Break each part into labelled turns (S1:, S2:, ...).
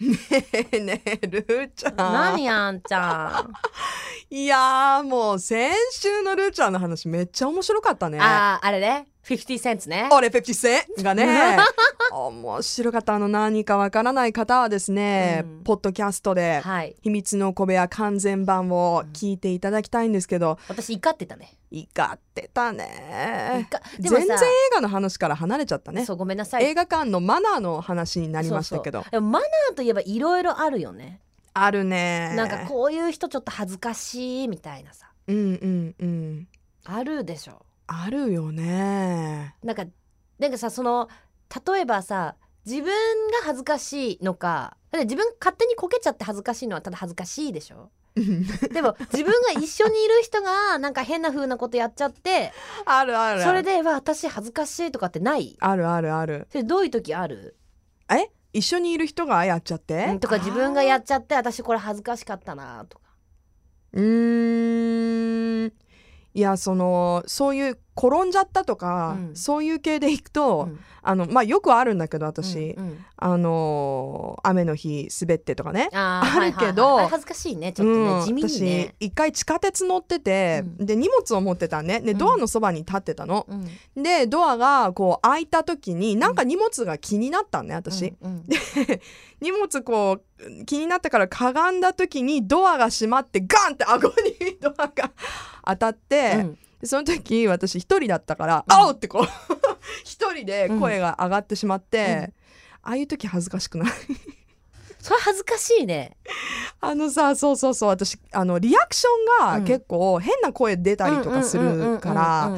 S1: ねえねえルーちゃん
S2: 何あんちゃん。
S1: いやーもう先週のルーちゃんの話めっちゃ面白かったね
S2: ああ、あれね。50センツね。
S1: 俺ペプチセンが ね面白かったあの何かわからない方はですね、
S2: うん
S1: ポッドキャストで
S2: はい。
S1: 「秘密の小部屋」完全版を聞いていただきたいんですけど
S2: 私怒ってたね。
S1: 怒ってた
S2: 怒
S1: ね
S2: で
S1: 全
S2: も
S1: 然映
S2: さ、
S1: 画の話から離れちゃったね
S2: そうごめんなさい。
S1: 映画館のマナーの話になりましたけど
S2: そうそうでもマナーといえばいろいろあるよね。
S1: あるね
S2: なんかこういう人ちょっと恥ずかしいみたいなさ。
S1: うんうんうん
S2: あるでしょ。
S1: あるよね
S2: なんかなんかさその例えばさ自分が恥ずかしいのかだって自分勝手にこけちゃって恥ずかしいのはただ恥ずかしいでしょ
S1: うん
S2: で も自分が一緒にいる人がなんか変な風なことやっちゃって
S1: あるある
S2: それで「わ私恥ずかしい」とかってない
S1: あるあるある
S2: それどういう時ある
S1: え一緒にいる人がやっちゃって、
S2: うんとか自分がやっちゃって私これ恥ずかしかったなとか
S1: うーんいやそのそういう転んじゃったとか、
S2: うん
S1: そういう系でいくと、
S2: うん
S1: あのまあよくあるんだけど私、
S2: うんうん
S1: あのー雨の日滑ってとかね。
S2: あ
S1: あるけど
S2: はいはいはいあれ恥ずかしいねちょっとね、
S1: うん
S2: 地味にね
S1: 私、一回地下鉄乗ってて、
S2: う
S1: で荷物を持ってたねで
S2: うん
S1: ドアのそばに立ってたの、
S2: うん、
S1: でドアがこう開いた時になんか荷物が気になったんね私、
S2: うんうん
S1: 荷物こう気になったからかがんだ時にドアが閉まってガンって顎にドアが当たって、
S2: うん
S1: その時私一人だったから「
S2: うん
S1: あお!」ってこう 一人で声が上がってしまって、
S2: うん
S1: ああいう時恥ずかしくない
S2: それ恥ずかしいね
S1: あのさそうそうそう私あのリアクションが結構変な声出たりとかす
S2: うんうんうんうんうんう
S1: る
S2: ん
S1: から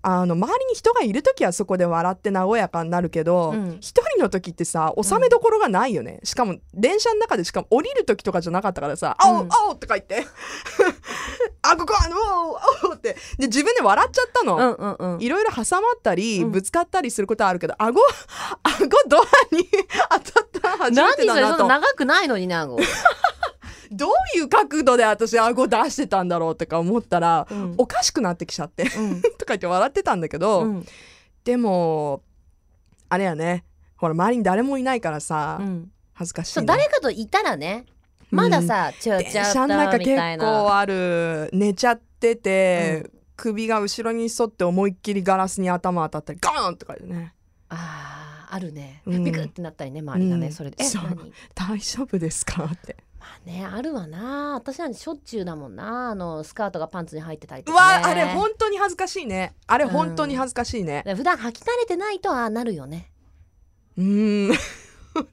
S1: あの周りに人がいる時はそこで笑って和やかになるけど、
S2: うん
S1: 一人の時ってさ収めどころがないよね、しかも電車の中でしかも降りる時とかじゃなかったからさ「あお、
S2: うん
S1: あお」とか言って 「あここあのおお」ってで自分で笑っちゃったの。
S2: うんうんうん
S1: いろいろ挟まったり
S2: うん
S1: ぶつかったりすることはあるけど、顎 顎ドアに 当たったの初め
S2: 何
S1: て
S2: そ
S1: だ
S2: れそ
S1: なん
S2: な
S1: と
S2: 長くないのになご、
S1: どういう角度で私顎出してたんだろうとか思ったら、
S2: うん
S1: おかしくなってきちゃって
S2: うん
S1: とか言って笑ってたんだけど、
S2: うん
S1: でもあれやねほら周りに誰もいないからさ、
S2: うん、
S1: 恥ずかしい、
S2: そう
S1: ね、
S2: 誰かといたらねまださ、ちょ
S1: 電
S2: ちょっ
S1: 車
S2: と
S1: の中
S2: み
S1: 結
S2: たいな
S1: 構ある寝ちゃってて、首が後ろに沿って思いっきりガラスに頭当たったりガーンとかでね
S2: あーあるね、
S1: うん
S2: ビクってなったりね周りがね、
S1: うん
S2: それで「え
S1: そう
S2: 何
S1: 「大丈夫ですか?」って
S2: まあねあるわな私なんてしょっちゅうだもんなあのスカートがパンツに入ってたり
S1: う
S2: とか、
S1: わ
S2: ね、
S1: あれ本当に恥ずかしいねあれ本当に恥ずかしいね
S2: で普段履き慣れてないとああなるよね
S1: うーん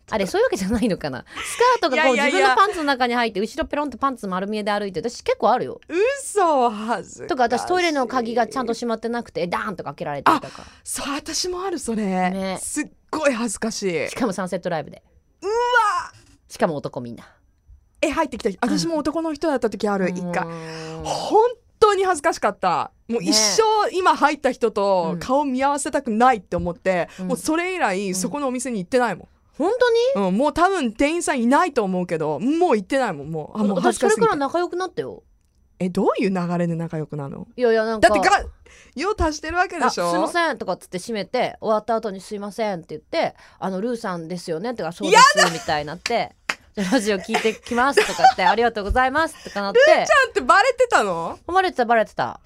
S2: あれそういうわけじゃないのかなスカートがこう
S1: いやいやいや
S2: 自分のパンツの中に入って後ろペロンってパンツ丸見えで歩いて私結構あるよ
S1: 嘘恥ずかしい
S2: とか私トイレの鍵がちゃんと閉まってなくてダーンとか開けられてるとか
S1: そう私もあるそれ、
S2: ね
S1: すっごい恥ずかしい
S2: しかもサンセットライブで
S1: うわ
S2: しかも男みんな
S1: え入ってきた人私も男の人だった時ある一回
S2: 回
S1: 本当に恥ずかしかったもう
S2: ね
S1: 一生今入った人と
S2: うん
S1: 顔見合わせたくないって思って、
S2: うん
S1: もうそれ以来そこのお店に行ってないも
S2: 本当に
S1: ん、うんもう多分店員さんいないと思うけどもう行ってないもんもうあもう恥ず
S2: 私そ
S1: か
S2: れ
S1: しい
S2: から仲良くなったよ
S1: えどういう流れで仲良くなの
S2: いやいやなん
S1: だ
S2: か
S1: ってが用足してるわけで
S2: あ
S1: し
S2: すい
S1: ょ
S2: ませんとかっつって閉めて終わった後にすいませんって言ってあのルーさんですよねとかそうですみたいになってじゃあラジオ聞いてきますとかってありがとうございますとかなって
S1: だってバレてたの
S2: バレてたバレてた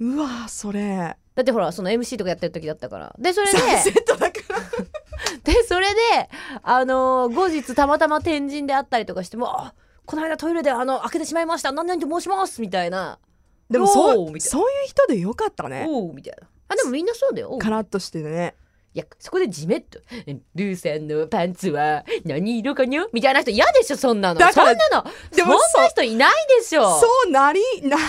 S1: うわそれ
S2: だってほらその MC とかやってる時だったからでそれで
S1: サンセットだから
S2: でそれであのー後日たまたま天神であったりとかしてもあこの間トイレであの開けてしまいました何々と申しますみたいな
S1: でもそ
S2: おーみ
S1: う
S2: たい
S1: そういう人でよかったね
S2: おうみたいなあでもみんなそうだよおう
S1: カラッとしてね
S2: いやそこでじめっと「えルーさんのパンツは何色かにゃ?」みたいな人嫌でしょそんなの
S1: だ
S2: そ
S1: か
S2: ん
S1: ら
S2: なの
S1: で
S2: そん
S1: も
S2: な人いないでしょ
S1: そうなり なり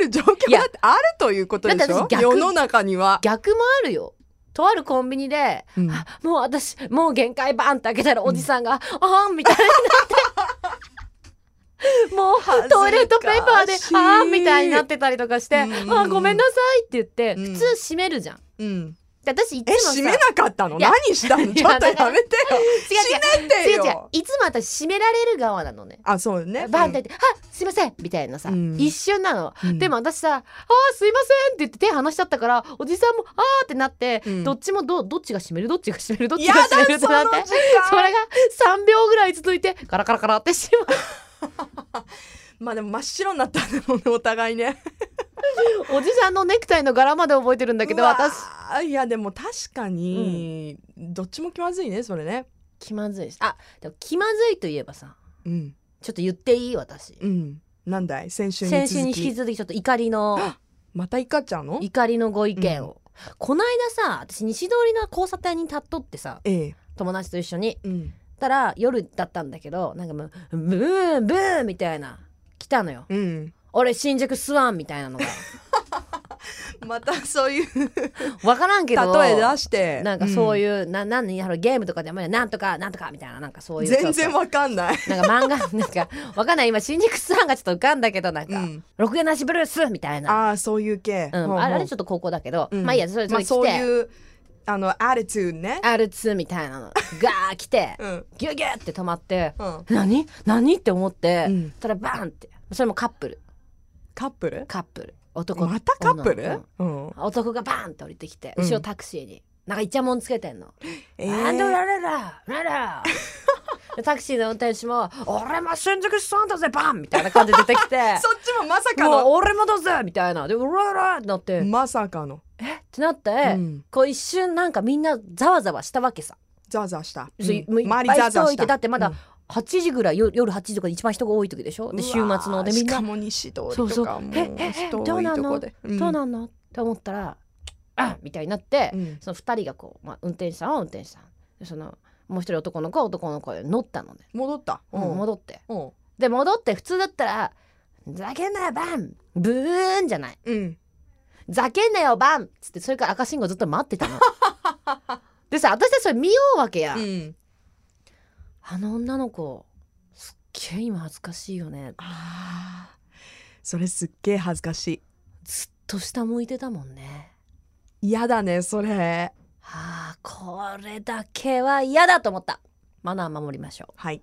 S1: 得る状況だってあるということでし
S2: だ
S1: ょ
S2: って私逆
S1: 世の中には。
S2: 逆もあるよとあるコンビニで
S1: うん
S2: 「もう私もう限界バン!」って開けたらおじさんが「あん」みたいに なって。もうトイレットペーパー
S1: 恥ず
S2: で
S1: かしい
S2: 「あーみたいになってたりとかして「
S1: うん
S2: あーごめんなさい」って言って
S1: うん
S2: 普通閉めるじゃん。
S1: うん
S2: で私いつ
S1: え
S2: もさ
S1: 閉めなかったの
S2: いや
S1: 何したの
S2: いや
S1: ちょっとやめてよ
S2: 違
S1: 閉めて
S2: う違う違う違う
S1: よ
S2: いつも私閉められる側なのね
S1: あそうね
S2: バンってやって「あすいません」みたいなさ、
S1: うん
S2: 一瞬なの、
S1: うん
S2: でも私さ「あーすいません」って言って手離しちゃったからおじさんも「あー」ってなって、
S1: うん
S2: どっちもどうどっちが閉めるどっちが閉めるどっ
S1: うん
S2: ち
S1: や
S2: が
S1: だ
S2: 閉めるって
S1: そ
S2: なっ
S1: の
S2: て
S1: 時
S2: そ
S1: 間
S2: れが3秒ぐらい続いてカラカラカラってしま
S1: まあでも真っ白になったねお互いね
S2: うおじさんのネクタイの柄まで覚えてるんだけど
S1: うわー
S2: 私
S1: いやでも確かに、どっちも気まずいねそれね
S2: 気まずいしあでも気まずいといえばさ
S1: うん
S2: ちょっと言っていい私
S1: うんなんだい先週に続
S2: 先
S1: き
S2: 週に引き続きちょっと怒りの
S1: また怒っちゃうの
S2: 怒りのご意見を、こないださ私西通りの交差点に立っとってさ
S1: ええ
S2: 友達と一緒に
S1: うん
S2: たら夜だったんだけどなんかもうブーンブーンみたいな来たのよ
S1: うん
S2: 俺新宿スワンみたいなのが
S1: またそういう
S2: わからんけ
S1: 例
S2: ど
S1: え出して
S2: なんかそう
S1: う
S2: いう、ななんやろゲームとかでもねなんとかなんとかみたいななんかそうんいう
S1: 全
S2: ちょ
S1: 然
S2: っと
S1: わかんない
S2: なんか漫画 なんかわかんない今新宿スワンがちょっと浮かんだけどなんか、
S1: うん
S2: 録画なしブルースみたいな、
S1: ああそういう系、
S2: うん
S1: ほうほう
S2: あれあれちょっと高校だけど、
S1: うん
S2: まあいいやそれそ
S1: ま
S2: れ
S1: あ
S2: 来
S1: そう
S2: て、
S1: いうあのアリテュードね
S2: R2 みたいなのガー来て
S1: うん
S2: ギュギュって止まって
S1: うん
S2: 何何って思って、
S1: うん
S2: そしたらバーンってそれもカップル
S1: カップル
S2: カップル男
S1: またカップル
S2: 女の子
S1: うん、
S2: うん男がバーンって降りてきて
S1: うん
S2: 後ろタクシーに、なんかイチャモンつけてんの
S1: え
S2: あんたラララララでタクシーの運転手も「俺も新宿スワンだぜバン!」みたいな感じで出てきて
S1: そっちもまさか
S2: もう
S1: の
S2: 俺もだぜみたいなで「うらうら」ってなって、っ
S1: まさかの
S2: てなって、
S1: うん
S2: こう一瞬なんかみんなざわざわしたわけさ、
S1: ザワザワした、
S2: そう
S1: うん
S2: もういっぱい人いてだってま
S1: う
S2: だ
S1: ん
S2: 8時ぐらい夜夜8時とか一番人が多い時でしょで週末のでみん
S1: しか
S2: な
S1: も西通り
S2: そうそ
S1: と
S2: う
S1: かも
S2: えええ
S1: 人
S2: ど
S1: 多
S2: う
S1: い
S2: な
S1: とこ
S2: の
S1: で
S2: どうなんのって思ったら「あみたいになって、
S1: うん
S2: その2人がこう、まあ、運転手さんは運転手さんでそのもう一人男の子は男の子で乗ったのね、
S1: 戻った
S2: うん、
S1: 戻
S2: 戻ってで戻って普通だったら「ざけんなよバンブーン!」じゃない
S1: うん
S2: 「ざけんなよバン!」っつってそれから赤信号ずっと待ってた のでさ私たちそれ見ようわけや、
S1: うん
S2: あの女の子すっげえ今恥ずかしいよね
S1: あーそれすっげえ恥ずかし
S2: ずっと下向いてたもんね
S1: い嫌だねそれ
S2: ああこれだけは嫌だと思ったマナー守りましょう
S1: はい